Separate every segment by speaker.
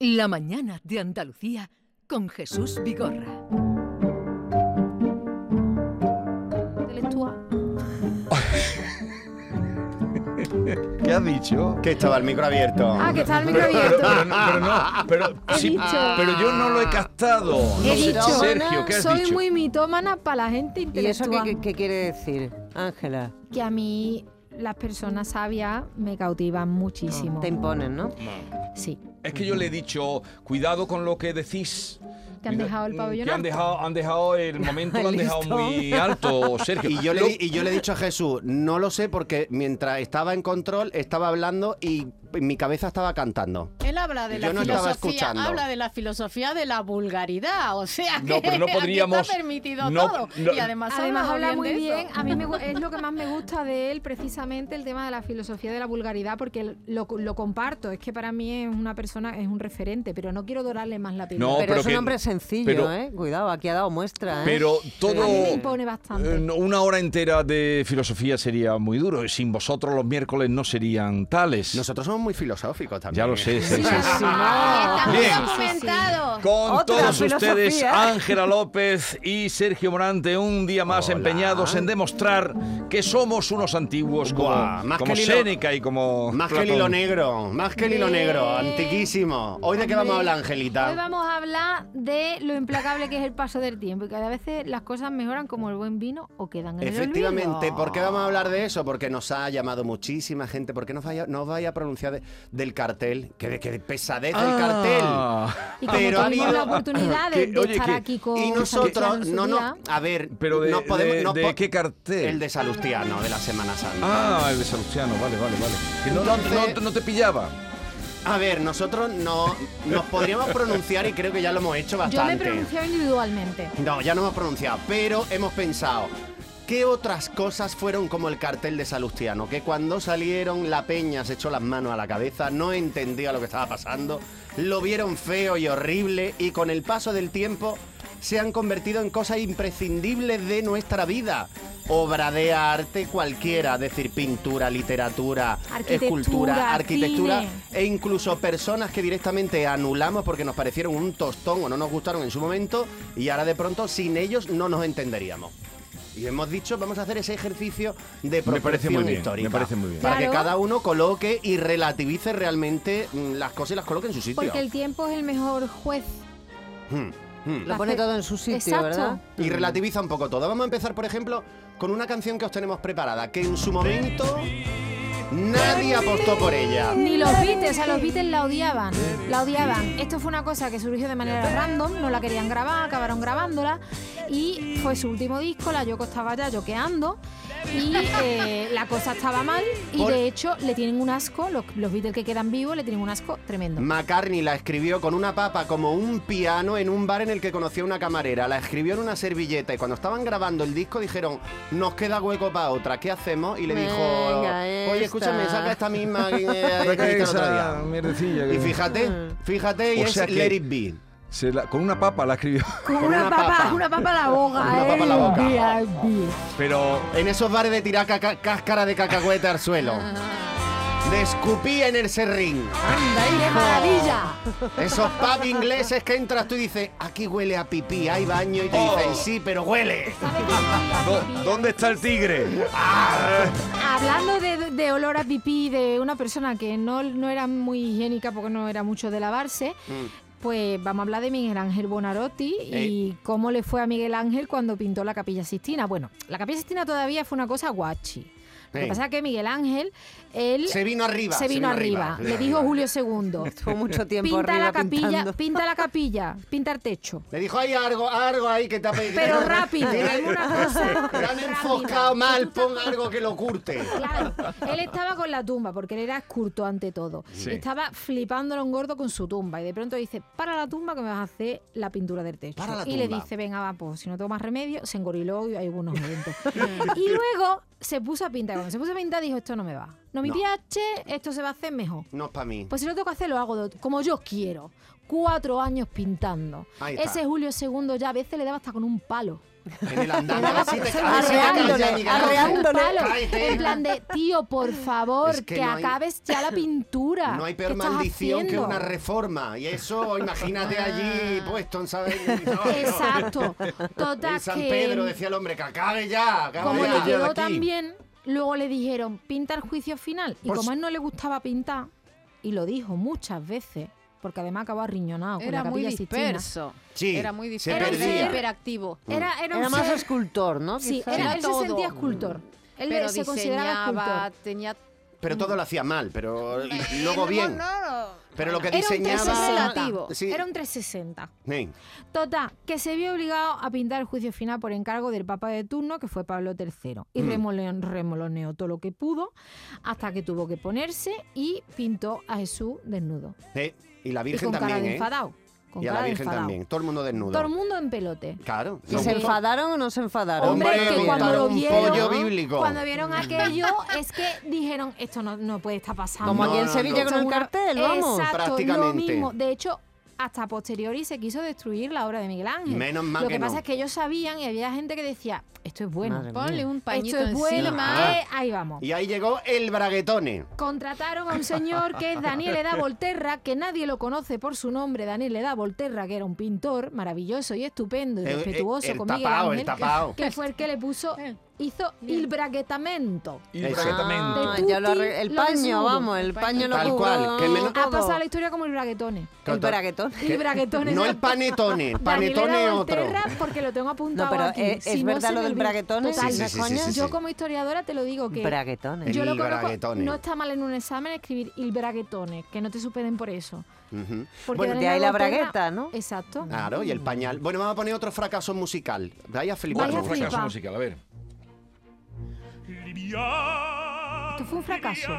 Speaker 1: La mañana de Andalucía con Jesús Vigorra.
Speaker 2: ¿Qué has dicho?
Speaker 3: Que estaba el micro abierto.
Speaker 4: Ah, que está el micro abierto.
Speaker 2: Pero no, pero no, Ah, pero,
Speaker 4: He
Speaker 2: sí,
Speaker 4: dicho-
Speaker 2: pero yo no lo he captado. No
Speaker 4: He
Speaker 2: sé,
Speaker 4: dicho,
Speaker 2: Sergio, ¿qué has
Speaker 4: soy
Speaker 2: dicho?
Speaker 4: muy mitómana para la gente
Speaker 5: ¿Y eso
Speaker 4: intelectual.
Speaker 5: qué, qué- qué quiere decir, Ángela?
Speaker 4: Que a mí las personas sabias me cautivan muchísimo.
Speaker 5: Te imponen, ¿no?
Speaker 4: Sí.
Speaker 2: Es que yo le he dicho, cuidado con lo que decís.
Speaker 4: Que han
Speaker 2: Cuida-
Speaker 4: dejado el
Speaker 2: mm,
Speaker 4: pabellón
Speaker 2: Que han
Speaker 4: alto.
Speaker 2: dejado, han dejado el momento, lo han dejado
Speaker 5: Listo.
Speaker 2: muy alto, Sergio.
Speaker 3: Y yo, le,
Speaker 2: Lo-
Speaker 3: di- y yo le he dicho a Jesús, no lo sé porque mientras estaba en control estaba hablando y mi cabeza estaba cantando.
Speaker 6: Él habla de
Speaker 3: Yo
Speaker 6: la
Speaker 3: no estaba
Speaker 6: filosofía,
Speaker 3: escuchando.
Speaker 6: habla de la filosofía de la vulgaridad, o sea que
Speaker 2: No, pero no
Speaker 6: aquí
Speaker 2: podríamos-
Speaker 6: está permitido
Speaker 2: no,
Speaker 6: todo
Speaker 2: no-
Speaker 6: y además,
Speaker 4: Además habla muy
Speaker 6: de eso.
Speaker 4: bien. A mí me gu- es lo que más me gusta de él, precisamente el tema de la filosofía de la vulgaridad, porque lo, lo comparto. Es que para mí es una persona, es un referente, pero no quiero dorarle más la piel.
Speaker 2: No,
Speaker 5: pero,
Speaker 2: pero
Speaker 5: es un
Speaker 2: que-
Speaker 5: hombre sencillo,
Speaker 2: pero-
Speaker 5: ¿eh? Cuidado, aquí ha dado muestra, ¿eh?
Speaker 2: Pero todo...
Speaker 4: A mí me impone bastante.
Speaker 2: eh, no, Una hora entera de filosofía sería muy duro. y Sin vosotros los miércoles no serían tales.
Speaker 3: Nosotros somos muy filosóficos también.
Speaker 2: Ya lo sé,
Speaker 4: Sí,
Speaker 2: Sergio.
Speaker 4: sí,
Speaker 6: Ah,
Speaker 4: no.
Speaker 2: Bien. Con
Speaker 5: Otra
Speaker 2: todos
Speaker 5: filosofía.
Speaker 2: ustedes, Ángela López y Sergio Morante, un día más
Speaker 3: Hola.
Speaker 2: empeñados en demostrar que somos unos antiguos como,
Speaker 3: Buah, más
Speaker 2: como
Speaker 3: que el hilo-
Speaker 2: Séneca y como
Speaker 3: Más que el
Speaker 2: Platón.
Speaker 3: hilo negro, más que el hilo negro,
Speaker 4: Bien.
Speaker 3: antiquísimo. ¿Hoy de qué vamos a hablar,
Speaker 4: Hoy
Speaker 3: Angelita?
Speaker 4: vamos a hablar de lo implacable que es el paso del tiempo y que a veces las cosas mejoran como el buen vino o quedan en el olvido.
Speaker 3: Efectivamente, ¿por qué vamos a hablar de eso? Porque nos ha llamado muchísima gente. ¿Por qué nos vaya, no os vais a pronunciar de- del cartel? Que de, que de pesadez el cartel!
Speaker 2: Ah.
Speaker 4: Y como
Speaker 3: Pero ha
Speaker 4: tuvimos
Speaker 3: habido-
Speaker 4: la oportunidad de,
Speaker 2: que,
Speaker 4: de
Speaker 2: oye,
Speaker 4: estar
Speaker 2: que-
Speaker 4: aquí con
Speaker 3: Y
Speaker 4: Salustiano
Speaker 3: nosotros,
Speaker 4: en su
Speaker 3: no,
Speaker 4: día,
Speaker 3: no, a ver,
Speaker 2: Pero de,
Speaker 3: no
Speaker 2: de-
Speaker 3: no
Speaker 2: de
Speaker 3: po-
Speaker 2: qué cartel?
Speaker 3: El de Salustiano, de la Semana Santa.
Speaker 2: Ah, el de Salustiano, vale, vale, vale. Que no, no-
Speaker 3: Entonces-
Speaker 2: no- no te pillaba.
Speaker 3: A ver, nosotros no nos podríamos pronunciar y creo que ya lo hemos hecho
Speaker 4: yo me he
Speaker 3: bastante.
Speaker 4: pronunciado individualmente.
Speaker 3: no, ya no hemos pronunciado, pero hemos pensado. ¿Qué otras cosas fueron como el cartel de Salustiano? Que cuando salieron la peña se echó las manos a la cabeza, no entendía lo que estaba pasando, lo vieron feo y horrible y con el paso del tiempo se han convertido en cosas imprescindibles de nuestra vida. Obra de arte cualquiera, es decir, pintura, literatura,
Speaker 4: Arquitectura,
Speaker 3: escultura, arquitectura
Speaker 4: cine.
Speaker 3: e incluso personas que directamente anulamos porque nos parecieron un tostón o no nos gustaron en su momento y ahora de pronto sin ellos no nos entenderíamos. Y hemos dicho, vamos a hacer ese ejercicio de
Speaker 2: Me parece muy
Speaker 3: proporción
Speaker 2: bien,
Speaker 3: histórica.
Speaker 2: me parece muy bien.
Speaker 3: Para que
Speaker 4: Claro.
Speaker 3: cada uno coloque y relativice realmente mm, las cosas y las coloque en su sitio.
Speaker 4: Porque el tiempo es el mejor juez.
Speaker 3: Mm, mm.
Speaker 5: Lo pone todo en su sitio,
Speaker 4: Exacto.
Speaker 5: ¿verdad?
Speaker 3: Y relativiza un poco todo. Vamos a empezar, por ejemplo, con una canción que os tenemos preparada, que en su momento nadie apostó por ella.
Speaker 4: Ni los Beatles, a los Beatles la odiaban. La odiaban. Esto fue una cosa que surgió de manera random, no la querían grabar, acabaron grabándola. Y fue su último disco, la Yoko estaba ya yoqueando. Y eh, la cosa estaba mal. Y
Speaker 3: Por-
Speaker 4: de hecho, le tienen un asco, los, los Beatles que quedan vivos le tienen un asco tremendo.
Speaker 3: McCartney la escribió con una papa como un piano en un bar en el que conoció a una camarera. La escribió en una servilleta y cuando estaban grabando el disco dijeron, nos queda hueco para otra, ¿qué hacemos? Y le dijo,
Speaker 5: Venga,
Speaker 3: oye,
Speaker 5: esta".
Speaker 3: escúchame, saca esta misma que eh,
Speaker 2: Saca
Speaker 3: escribiste el otro
Speaker 2: esa
Speaker 3: día.
Speaker 2: mierdecilla que-
Speaker 3: Y fíjate, fíjate, y
Speaker 2: O
Speaker 3: es
Speaker 2: sea que-
Speaker 3: Let It Be.
Speaker 2: Se la- con una papa la escribió.
Speaker 4: Con
Speaker 3: Con
Speaker 4: una,
Speaker 3: una
Speaker 4: papa,
Speaker 3: papa.
Speaker 4: una papa a la boca.
Speaker 3: Con una papa a la
Speaker 4: eh,
Speaker 3: boca.
Speaker 4: bien, bien.
Speaker 2: Pero
Speaker 3: En esos bares de tirar caca- cáscara de cacahuete al suelo. De escupir en el serrín.
Speaker 4: ¡Qué maravilla!
Speaker 3: Esos pubs ingleses que entras tú y dices, aquí huele a pipí, hay baño, y te
Speaker 2: Oh.
Speaker 3: dicen, sí, pero huele.
Speaker 2: ¿dó- ¿dónde está el tigre?
Speaker 4: Hablando de, de olor a pipí de una persona que no, no era muy higiénica porque no era mucho de lavarse, pues vamos a hablar de Miguel Ángel Bonarotti y cómo le fue a Miguel Ángel cuando pintó la Capilla Sistina. Bueno, la Capilla Sistina todavía fue una cosa guachi. Lo
Speaker 3: Eh.
Speaker 4: que pasa es que Miguel Ángel, él
Speaker 3: Se vino arriba.
Speaker 4: se vino arriba. Le dijo Julio II,
Speaker 5: Estuvo mucho tiempo
Speaker 4: pinta
Speaker 5: arriba
Speaker 4: la capilla,
Speaker 5: pintando.
Speaker 4: pinta la capilla, pinta el techo.
Speaker 3: Le dijo, hay algo, algo ahí que te ha pedido.
Speaker 4: Pero rápido,
Speaker 3: Tiene-
Speaker 4: alguna cosa
Speaker 3: Te han
Speaker 4: rápida.
Speaker 3: enfocado mal, pon algo que lo curte.
Speaker 4: Claro, él estaba con la tumba porque él era esculto ante todo.
Speaker 2: Sí.
Speaker 4: Estaba flipándolo un gordo con su tumba y de pronto dice, para la tumba que me vas a hacer la pintura del techo.
Speaker 3: Para la
Speaker 4: y le
Speaker 3: tumba.
Speaker 4: dice, venga, va, pues si no tengo más remedio, se engoriló y hay unos eventos. y luego se puso a pintar. Cuando se puso a pintar dijo, esto no me va. No, mi
Speaker 3: No.
Speaker 4: piache, esto se va a hacer mejor.
Speaker 3: No es para mí.
Speaker 4: Pues si lo tengo que hacer, lo hago de- como yo quiero. Cuatro años pintando.
Speaker 3: Ahí está.
Speaker 4: Ese Julio II ya a veces le daba hasta con un palo.
Speaker 3: En el andamio. A ver si te, a ver si te callas,
Speaker 5: Arreándole,
Speaker 3: Miguel.
Speaker 5: arreándole.
Speaker 3: Cállate.
Speaker 4: En plan de, tío, por favor,
Speaker 3: Es que
Speaker 4: que,
Speaker 3: no hay-
Speaker 4: acabes ya la pintura.
Speaker 3: No hay
Speaker 4: ¿Qué
Speaker 3: peor
Speaker 4: estás
Speaker 3: maldición que
Speaker 4: haciendo? Ah.
Speaker 3: una reforma. Y eso, imagínate allí puesto en saber.
Speaker 4: Exacto. Total,
Speaker 3: En San
Speaker 4: que
Speaker 3: Pedro decía el hombre que acabe ya, acabe
Speaker 4: como
Speaker 3: ya.
Speaker 4: le quedó
Speaker 2: aquí.
Speaker 4: tan bien, luego le dijeron, pinta el juicio final. Y
Speaker 2: Por
Speaker 4: como a él no le gustaba pintar, y lo dijo muchas veces, porque además acabó arriñonado con la
Speaker 7: Era muy
Speaker 4: capilla Sixtina.
Speaker 7: disperso.
Speaker 3: Sí,
Speaker 7: era muy
Speaker 3: se
Speaker 7: disperso.
Speaker 4: perdía.
Speaker 7: hiperactivo.
Speaker 4: Era, era, un
Speaker 5: Era más
Speaker 4: ser-
Speaker 5: escultor, ¿no?
Speaker 4: Sí,
Speaker 5: Quizá.
Speaker 4: era- él
Speaker 7: Todo.
Speaker 4: se sentía escultor. Él
Speaker 7: pero
Speaker 4: se consideraba
Speaker 7: diseñaba,
Speaker 4: escultor.
Speaker 7: tenía.
Speaker 3: pero todo lo hacía mal, pero y- y
Speaker 7: No,
Speaker 3: luego bien.
Speaker 7: no, no.
Speaker 3: Pero lo que
Speaker 4: Era un
Speaker 3: diseñaba.
Speaker 4: 360.
Speaker 7: relativo.
Speaker 3: Sí.
Speaker 4: Era un 360.
Speaker 3: Sí.
Speaker 4: Total, Tota, que se vio obligado a pintar el juicio final por encargo del Papa de turno, que fue Pablo III.
Speaker 3: Mm.
Speaker 4: Y remolone- remoloneó todo lo que pudo hasta que tuvo que ponerse y pintó a Jesús desnudo.
Speaker 3: Sí. Y la
Speaker 4: Y
Speaker 3: Virgen
Speaker 4: con cara
Speaker 3: también,
Speaker 4: de
Speaker 3: ¿eh?
Speaker 4: enfadado. Con
Speaker 3: Y a
Speaker 4: cara
Speaker 3: la
Speaker 4: de
Speaker 3: Virgen
Speaker 4: enfadado.
Speaker 3: también. Todo el mundo desnudo.
Speaker 4: Todo el mundo en pelote.
Speaker 3: Claro.
Speaker 5: ¿Y se enfadaron o no se enfadaron?
Speaker 4: Hombre,
Speaker 3: Hombre,
Speaker 4: que cuando lo
Speaker 3: montaron un
Speaker 4: vieron,
Speaker 3: pollo bíblico.
Speaker 4: cuando vieron aquello, es que dijeron, esto no, no puede estar pasando.
Speaker 5: Como
Speaker 3: No,
Speaker 5: aquí en
Speaker 3: no,
Speaker 5: Sevilla
Speaker 3: no.
Speaker 5: con el
Speaker 4: Seguro.
Speaker 5: cartel, vamos.
Speaker 4: Exacto, lo
Speaker 3: Prácticamente.
Speaker 4: mismo. De hecho, hasta posteriori se quiso destruir la obra de Miguel Ángel.
Speaker 3: Menos mal
Speaker 4: Lo
Speaker 3: que
Speaker 4: que pasa
Speaker 3: no.
Speaker 4: es que ellos sabían y había gente que decía, esto es bueno.
Speaker 5: Madre
Speaker 7: Ponle un pañito
Speaker 4: Esto es bueno.
Speaker 7: encima.
Speaker 4: eh, ahí vamos.
Speaker 3: Ah. Y ahí llegó el braguetone.
Speaker 4: Contrataron a un señor que es Daniel Eda Volterra, que nadie lo conoce por su nombre, Daniel Eda Volterra, que era un pintor maravilloso y estupendo y
Speaker 3: Eh, eh,
Speaker 4: respetuoso
Speaker 3: el
Speaker 4: con
Speaker 3: tapao, el
Speaker 4: Miguel
Speaker 3: tapao.
Speaker 4: Ángel, que fue el que le puso,
Speaker 5: Eh.
Speaker 4: hizo el braguetamento.
Speaker 2: Y
Speaker 3: Eso.
Speaker 2: perfectamente.
Speaker 5: Ah,
Speaker 4: De
Speaker 5: ya lo
Speaker 4: tutti,
Speaker 5: arre- el
Speaker 4: lo
Speaker 5: paño,
Speaker 4: desnudo.
Speaker 5: vamos, el paño lo
Speaker 3: Tal
Speaker 5: cubrió
Speaker 3: cual, que menos-
Speaker 4: Ha pasado
Speaker 5: todo.
Speaker 4: la historia como Ah, el braguetone.
Speaker 5: El braguetón.
Speaker 4: El braguetone.
Speaker 3: No
Speaker 4: es
Speaker 3: el panetone, el panetone
Speaker 4: Daniela
Speaker 3: es otro.
Speaker 4: Volterra, porque lo tengo apuntado
Speaker 5: No, pero
Speaker 4: aquí.
Speaker 5: ¿es- es
Speaker 4: no
Speaker 5: verdad
Speaker 4: se
Speaker 5: lo
Speaker 4: me
Speaker 5: del
Speaker 4: olvida.
Speaker 5: braguetone?
Speaker 4: Total,
Speaker 3: Sí, sí, sí, sí, sí,
Speaker 4: Yo
Speaker 3: sí.
Speaker 4: como historiadora te lo digo que...
Speaker 5: Braguetones.
Speaker 4: Yo
Speaker 3: El
Speaker 4: lo conozco,
Speaker 3: braguetone.
Speaker 4: no está mal en un examen escribir el braguetone, que no te superen por eso.
Speaker 3: Ujú. Ah.
Speaker 4: Porque
Speaker 5: Bueno, de
Speaker 4: Daniela
Speaker 5: ahí la
Speaker 4: Volterra-
Speaker 5: bragueta, ¿no?
Speaker 4: Exacto.
Speaker 3: Claro, y el pañal. Bueno, vamos a poner otro fracaso musical. Vaya a flipar.
Speaker 4: Vaya
Speaker 2: Otro
Speaker 4: a
Speaker 2: fracaso
Speaker 4: flipar.
Speaker 2: musical, a ver.
Speaker 4: Esto fue un fracaso.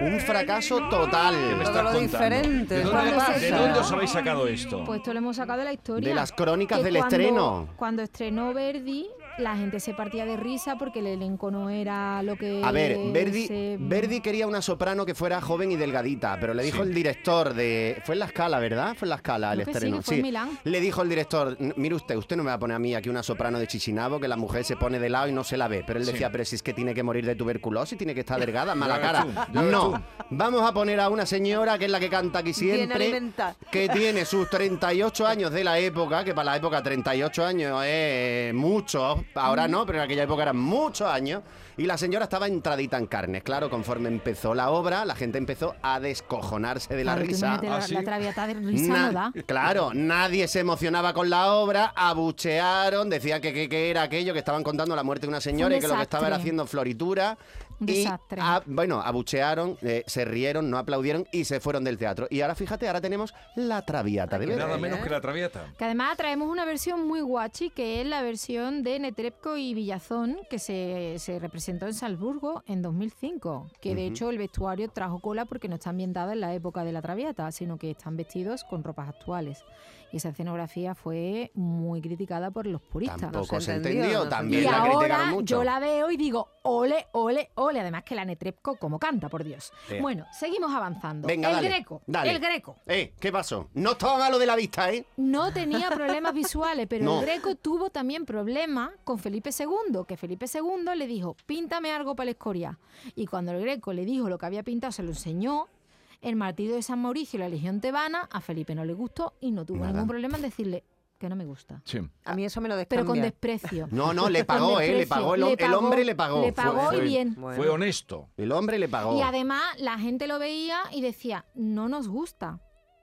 Speaker 3: Un fracaso total.
Speaker 2: ¿Qué
Speaker 5: Todo
Speaker 2: me estás
Speaker 5: lo
Speaker 2: contando?
Speaker 5: diferente,
Speaker 2: ¿De
Speaker 5: ¿cuándo
Speaker 2: dónde, de
Speaker 5: pasa?
Speaker 2: dónde os habéis sacado esto?
Speaker 4: Pues esto lo hemos sacado de la historia.
Speaker 3: De las crónicas
Speaker 4: Que
Speaker 3: del estreno.
Speaker 4: Cuando estrenó Verdi, la gente se partía de risa porque el elenco no era lo que.
Speaker 3: A ver, Verdi,
Speaker 4: se-
Speaker 3: Verdi quería una soprano que fuera joven y delgadita, pero le dijo
Speaker 2: Sí.
Speaker 3: el director de... Fue en La Scala, ¿verdad? Fue en La Scala el
Speaker 4: Creo que sí,
Speaker 3: estreno.
Speaker 4: que fue en Milán.
Speaker 3: Le dijo el director, "N- mire usted, usted no me va a poner a mí aquí una soprano de Chichinabo que la mujer se pone de lado y no se la ve. Pero él decía, pero si es que tiene que morir de tuberculosis, tiene que estar delgada, mala
Speaker 2: hagas
Speaker 3: cara.
Speaker 2: tú, ya hagas
Speaker 3: No, vamos a poner a una señora que es la que canta aquí
Speaker 5: Bien
Speaker 3: siempre,
Speaker 5: alimentada.
Speaker 3: que tiene sus 38 años de la época, que para la época 38 años es mucho, ahora no, pero en aquella época eran muchos años, y la señora estaba entradita en carnes. Claro, conforme empezó la obra, la gente empezó a descojonarse de la
Speaker 4: Claro, tú
Speaker 3: risa.
Speaker 4: imagínate la,
Speaker 2: ¿Ah, sí?
Speaker 4: la traviata de risa
Speaker 3: Na-
Speaker 4: no da.
Speaker 3: Claro, nadie se emocionaba con la obra, abuchearon, decían que, que- que era aquello, que estaban contando la muerte de una señora y que lo que
Speaker 4: desastre.
Speaker 3: estaba era haciendo floritura.
Speaker 4: Un
Speaker 3: y
Speaker 4: desastre.
Speaker 3: a- bueno, abuchearon, eh, se rieron, no aplaudieron y se fueron del teatro. Y ahora fíjate, ahora tenemos la traviata de
Speaker 2: Nada
Speaker 3: verdad.
Speaker 2: menos que la traviata.
Speaker 4: Que además traemos una versión muy guachi, que es la versión de Netrebko y Villazón, que se, se representó en Salzburgo en 2005. Que de hecho el vestuario trajo cola porque no está ambientada en la época de la Traviata, sino que están vestidos con ropas actuales. Y esa escenografía fue muy criticada por los puristas.
Speaker 3: Tampoco se
Speaker 5: entendió,
Speaker 3: entendió,
Speaker 5: no se
Speaker 3: también
Speaker 4: Y
Speaker 3: la criticaron
Speaker 4: ahora
Speaker 3: mucho.
Speaker 4: yo la veo y digo, ole, ole, ole. Además que la Netrebko como canta, por Dios.
Speaker 3: Eh.
Speaker 4: Bueno, seguimos avanzando.
Speaker 3: Venga,
Speaker 4: el
Speaker 3: dale,
Speaker 4: greco,
Speaker 3: dale.
Speaker 4: el greco.
Speaker 3: Eh, ¿qué pasó? No estaba malo de la vista, ¿eh?
Speaker 4: No tenía problemas visuales, pero
Speaker 3: No.
Speaker 4: el Greco tuvo también problemas con Felipe II, que Felipe II le dijo, píntame algo para la escoria. Y cuando el Greco le dijo lo que había pintado, se lo enseñó. El martirio de San Mauricio y la Legión Tebana a Felipe no le gustó y no tuvo
Speaker 3: Nada.
Speaker 4: ningún problema en decirle que no me gusta.
Speaker 2: Sí.
Speaker 5: A mí eso me lo
Speaker 4: Pero con
Speaker 5: descambia.
Speaker 4: desprecio.
Speaker 3: No, no, le
Speaker 4: Con
Speaker 3: pagó, ¿eh? Le
Speaker 4: desprecio.
Speaker 3: pagó, el, el hombre le pagó.
Speaker 4: Le
Speaker 3: Fue-
Speaker 4: pagó
Speaker 2: fue-
Speaker 4: y bien.
Speaker 5: Bueno.
Speaker 2: Fue honesto.
Speaker 3: El hombre le pagó.
Speaker 4: Y además la gente lo veía y decía, no nos gusta.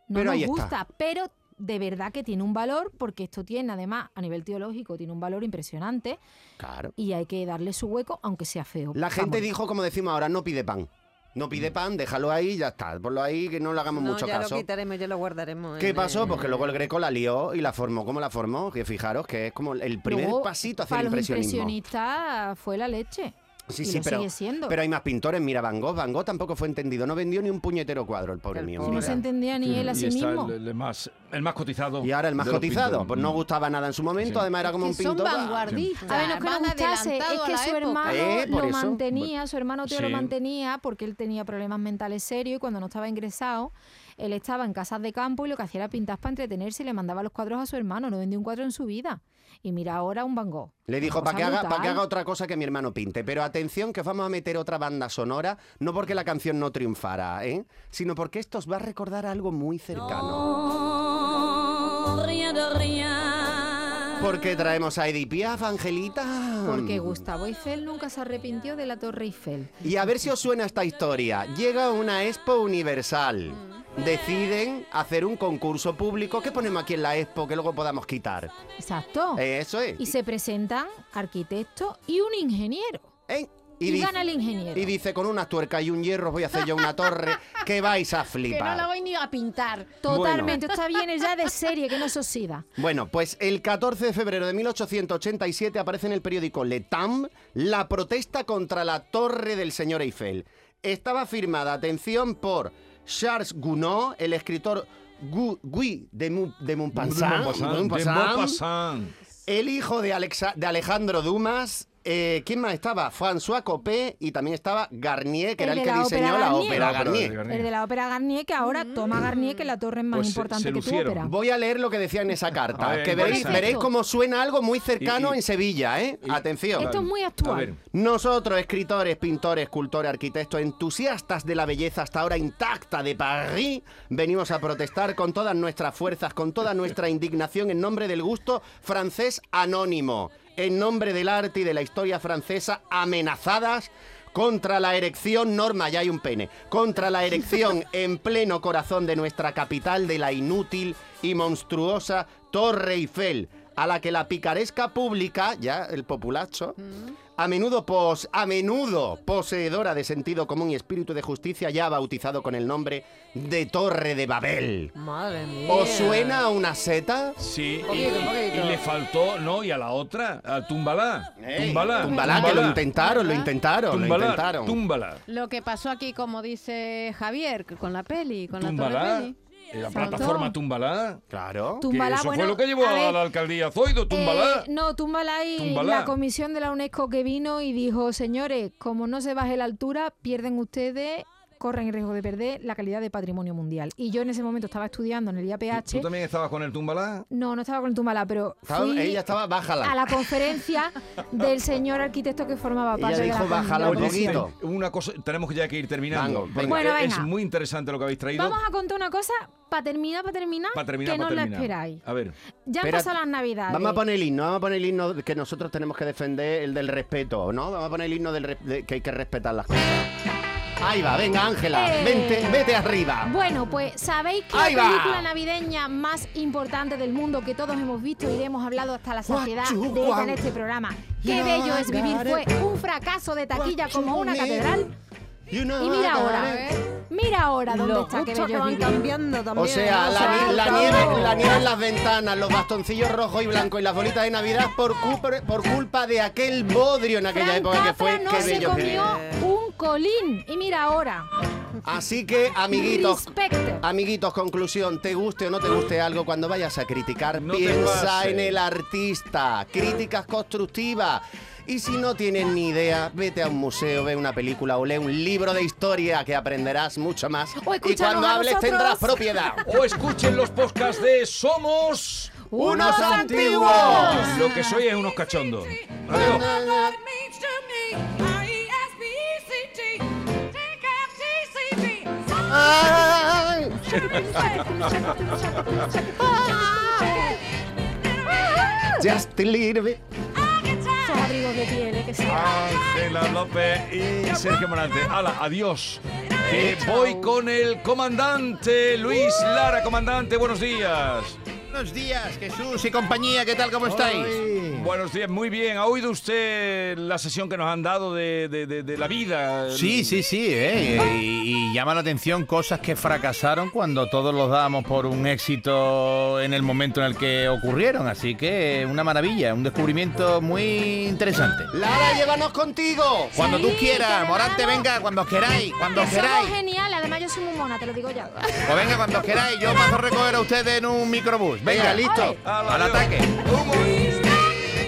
Speaker 4: No
Speaker 3: Pero
Speaker 4: nos
Speaker 3: ahí está.
Speaker 4: gusta, pero de verdad que tiene un valor, porque esto tiene, además, a nivel teológico, tiene un valor impresionante
Speaker 3: Claro.
Speaker 4: y hay que darle su hueco, aunque sea feo.
Speaker 3: La gente
Speaker 4: Pues Vamos.
Speaker 3: dijo, como decimos ahora, no pide pan. No pide pan, déjalo ahí, ya está. Ponlo ahí, que no le hagamos
Speaker 5: No,
Speaker 3: mucho
Speaker 5: ya
Speaker 3: caso.
Speaker 5: lo quitaremos, ya lo guardaremos.
Speaker 3: ¿Qué
Speaker 5: en,
Speaker 3: pasó?
Speaker 5: eh,
Speaker 3: Pues que luego el Greco la lió y la formó como la formó. Que fijaros que es como el primer
Speaker 4: Luego,
Speaker 3: pasito hacia
Speaker 4: para los
Speaker 3: el impresionismo.
Speaker 4: impresionistas fue la leche.
Speaker 3: Sí,
Speaker 4: y
Speaker 3: sí,
Speaker 4: lo
Speaker 3: pero,
Speaker 4: sigue siendo.
Speaker 3: pero hay más pintores. Mira, Van Gogh. Van Gogh tampoco fue entendido. No vendió ni un puñetero cuadro, el pobre
Speaker 5: El
Speaker 3: mío.
Speaker 5: pobre.
Speaker 4: no
Speaker 3: mira.
Speaker 4: se entendía ni él a
Speaker 2: y
Speaker 4: sí
Speaker 2: está
Speaker 4: mismo.
Speaker 2: El, el más, el más cotizado.
Speaker 3: Y ahora el más
Speaker 2: de los
Speaker 3: cotizado.
Speaker 2: pintores.
Speaker 3: Pues no gustaba nada en su momento.
Speaker 2: Sí.
Speaker 3: Además era como
Speaker 7: que
Speaker 3: un pintor.
Speaker 7: son vanguardistas.
Speaker 4: A ver, no es que no
Speaker 7: van
Speaker 4: gustase, es
Speaker 7: adelantados a
Speaker 4: que
Speaker 7: la
Speaker 4: su
Speaker 7: época.
Speaker 4: hermano
Speaker 3: Eh, por
Speaker 4: lo
Speaker 3: eso.
Speaker 4: mantenía, su hermano tío lo
Speaker 2: Sí.
Speaker 4: mantenía porque él tenía problemas mentales serios y cuando no estaba ingresado, él estaba en casas de campo y lo que hacía era pintar para entretenerse y le mandaba los cuadros a su hermano, no vendió un cuadro en su vida. Y mira ahora un Van Gogh.
Speaker 3: Le dijo,
Speaker 4: Una
Speaker 3: para que,
Speaker 4: cosa
Speaker 3: haga, pa' que
Speaker 4: brutal.
Speaker 3: haga otra cosa que mi hermano pinte. Pero atención, que os vamos a meter otra banda sonora, no porque la canción no triunfara, ¿eh? sino porque esto os va a recordar algo muy cercano. Porque traemos a Edith Piaf, Angelita.
Speaker 4: Porque Gustavo Eiffel nunca se arrepintió de la Torre Eiffel.
Speaker 3: Y a ver si os suena esta historia. Llega una expo universal. Deciden hacer un concurso público. ¿Qué ponemos aquí en la expo que luego podamos quitar?
Speaker 4: Exacto.
Speaker 3: Eh, Eso es.
Speaker 4: Oh. Y se presentan arquitectos y un ingeniero.
Speaker 3: ¿Eh?
Speaker 4: Y,
Speaker 3: dice-
Speaker 4: gana el ingeniero.
Speaker 3: y dice, con una tuerca y un hierro voy a hacer yo una torre que vais a
Speaker 6: Que no la
Speaker 3: flipar.
Speaker 6: voy ni a pintar.
Speaker 4: Totalmente, esto está bien, es ya de serie, que no se oxida.
Speaker 3: Bueno, pues el 14 de febrero de 1887 aparece en el periódico Le Temps la protesta contra la torre del señor Eiffel. Estaba firmada, atención, por Charles Gounod, el escritor Gu- Guy de, Mu- de Montpassant,
Speaker 2: Montpassant,
Speaker 3: de
Speaker 2: de
Speaker 3: Montpassant,
Speaker 2: Montpassant.
Speaker 3: el hijo de, Alexa- de Alejandro Dumas. eh, ¿Quién más estaba? François Copé y también estaba Garnier, que
Speaker 4: El
Speaker 3: era el
Speaker 4: de
Speaker 3: que
Speaker 4: la
Speaker 3: diseñó
Speaker 4: ópera
Speaker 3: la
Speaker 4: Garnier.
Speaker 3: ópera
Speaker 2: La ópera de
Speaker 3: Garnier.
Speaker 2: Garnier.
Speaker 4: El de la ópera Garnier, que ahora toma Garnier, que la torre es más
Speaker 2: Pues se-
Speaker 4: importante
Speaker 2: se
Speaker 4: que tu
Speaker 2: lucieron.
Speaker 4: ópera.
Speaker 3: Voy a leer lo que decía en esa
Speaker 2: A
Speaker 3: carta.
Speaker 2: ver,
Speaker 3: que
Speaker 2: por
Speaker 3: veréis,
Speaker 2: ejemplo.
Speaker 3: veréis cómo suena algo muy cercano
Speaker 2: Y- y-
Speaker 3: en Sevilla, ¿eh?
Speaker 2: y-
Speaker 3: Atención.
Speaker 4: Esto es muy actual.
Speaker 2: A ver.
Speaker 3: Nosotros, escritores, pintores, escultores, arquitectos, entusiastas de la belleza hasta ahora intacta de París, venimos a protestar con todas nuestras fuerzas, con toda nuestra indignación en nombre del gusto francés anónimo, en nombre del arte y de la historia francesa amenazadas contra la erección, Norma, ya hay un pene, contra la erección en pleno corazón de nuestra capital de la inútil y monstruosa Torre Eiffel, a la que la picaresca pública, ya el populacho, a menudo, pos, a menudo poseedora de sentido común y espíritu de justicia, ya bautizado con el nombre de Torre de Babel.
Speaker 5: Madre mía.
Speaker 2: Oh,
Speaker 3: ¿Os suena a una seta?
Speaker 2: Sí, y,
Speaker 5: Poquito, poquito.
Speaker 2: y le faltó, no, y a la otra, a túmbala,
Speaker 3: Ey,
Speaker 2: túmbala,
Speaker 3: Túmbala, que lo intentaron, lo intentaron, lo
Speaker 2: túmbala,
Speaker 3: intentaron.
Speaker 2: túmbala,
Speaker 6: Lo que pasó aquí, como dice Javier, con la peli, con la torre
Speaker 2: túmbala,
Speaker 6: peli.
Speaker 2: en eh, la
Speaker 6: Saltó.
Speaker 2: plataforma túmbala,
Speaker 3: Claro.
Speaker 2: que
Speaker 4: Túmbala,
Speaker 2: eso
Speaker 4: bueno,
Speaker 2: fue lo que llevó
Speaker 4: a
Speaker 2: a,
Speaker 4: ver,
Speaker 2: la alcaldía Zoido, túmbala.
Speaker 4: Eh, no, túmbala y
Speaker 2: Túmbala.
Speaker 4: la comisión de la UNESCO que vino y dijo, señores, como no se baje la altura, pierden ustedes, corren el riesgo de perder la calidad de patrimonio mundial. Y yo en ese momento estaba estudiando en el
Speaker 2: ¿Tú
Speaker 4: IAPH.
Speaker 2: también estabas con el túmbala?
Speaker 4: No, no estaba con el túmbala, pero
Speaker 3: Estaba-
Speaker 4: fui
Speaker 3: ella estaba, bájala.
Speaker 4: a la conferencia del señor arquitecto que formaba
Speaker 3: Ella
Speaker 4: parte de
Speaker 3: dijo,
Speaker 4: la
Speaker 3: "Bájala
Speaker 4: Comisión".
Speaker 3: un poquito.
Speaker 2: te- una cosa, tenemos que ya que ir terminando,
Speaker 3: Venga,
Speaker 2: porque
Speaker 4: venga. Bueno,
Speaker 2: es
Speaker 4: venga.
Speaker 2: muy interesante lo que habéis traído,
Speaker 4: Vamos a contar una cosa para terminar, para terminar,
Speaker 2: para terminar,
Speaker 4: que
Speaker 2: para
Speaker 4: no la
Speaker 2: terminar.
Speaker 4: esperáis.
Speaker 2: A ver,
Speaker 4: Ya han
Speaker 3: Espera,
Speaker 4: pasado las navidades.
Speaker 3: Vamos a poner el himno, vamos a poner el himno que nosotros tenemos que defender, el del respeto, ¿no? Vamos a poner el himno del, res- de- que hay que respetar las cosas. Ahí va, venga Ángela,
Speaker 4: Eh.
Speaker 3: vente, vete arriba.
Speaker 4: Bueno, pues sabéis que
Speaker 3: Ahí
Speaker 4: la
Speaker 3: va.
Speaker 4: película navideña más importante del mundo que todos hemos visto y le hemos hablado hasta la saciedad de ella en este programa. Qué bello es vivir fue un fracaso de taquilla como una catedral.
Speaker 3: You know
Speaker 4: Y mira
Speaker 3: I got
Speaker 4: ahora, ¿eh?
Speaker 3: it.
Speaker 4: mira ahora dónde
Speaker 5: Lo
Speaker 4: está qué
Speaker 5: mucho que
Speaker 4: bello
Speaker 5: van
Speaker 4: es vivir.
Speaker 5: cambiando también.
Speaker 3: O sea,
Speaker 5: ¿eh?
Speaker 3: la, nie- la
Speaker 5: todo.
Speaker 3: nieve, la nieve en las ventanas, los bastoncillos rojos y blancos y las bolitas de Navidad por, cu- por culpa de aquel bodrio en aquella
Speaker 4: Frank
Speaker 3: época que fue
Speaker 4: Capra no
Speaker 3: qué
Speaker 4: se
Speaker 3: bello que
Speaker 4: comió un colín. Y mira ahora.
Speaker 3: vive. Así que, amiguitos,
Speaker 4: Respecte.
Speaker 3: amiguitos, conclusión, te guste o no te guste algo, cuando vayas a criticar,
Speaker 2: No te
Speaker 3: piensa
Speaker 2: pases.
Speaker 3: en el artista, críticas constructivas. Y si no tienes ni idea, vete a un museo, ve una película o lee un libro de historia que aprenderás mucho más.
Speaker 4: O
Speaker 3: y
Speaker 4: escúchanos
Speaker 3: cuando
Speaker 4: a
Speaker 3: hables
Speaker 4: nosotros.
Speaker 3: tendrás propiedad.
Speaker 2: o escuchen los podcasts de Somos
Speaker 3: ¡Unos
Speaker 4: Oh.
Speaker 3: antiguos!
Speaker 2: Lo que soy es unos cachondos. Adiós.
Speaker 3: ¡Ay! Just a little bit.
Speaker 4: Esos abrigos de piel, ¿eh? que se-
Speaker 7: Ah,
Speaker 2: Ángela López y Sergio Morante. Hala, adiós. Eh, voy con el comandante Luis Lara. Comandante, buenos días.
Speaker 7: Buenos días, Jesús y compañía, ¿qué tal? ¿Cómo estáis?
Speaker 2: Buenos días, muy bien. ¿Ha oído usted la sesión que nos han dado de, de- de- de la vida?
Speaker 7: Sí, sí, sí, ¿eh? y, y llama la atención cosas que fracasaron cuando todos los dábamos por un éxito en el momento en el que ocurrieron, así que una maravilla, un descubrimiento muy interesante.
Speaker 3: Lara, llévanos contigo.
Speaker 7: Cuando tú
Speaker 4: Sí, que
Speaker 7: quieras,
Speaker 4: le
Speaker 7: Morante,
Speaker 4: damos.
Speaker 7: venga, cuando queráis, cuando
Speaker 4: Que somos
Speaker 7: queráis.
Speaker 4: geniales, además yo soy muy mona, te lo digo ya.
Speaker 7: Pues venga, cuando queráis, yo paso a recoger a ustedes en un microbús. Venga,
Speaker 3: Venga, listo.
Speaker 2: Hala,
Speaker 7: al
Speaker 2: adiós.
Speaker 7: ataque.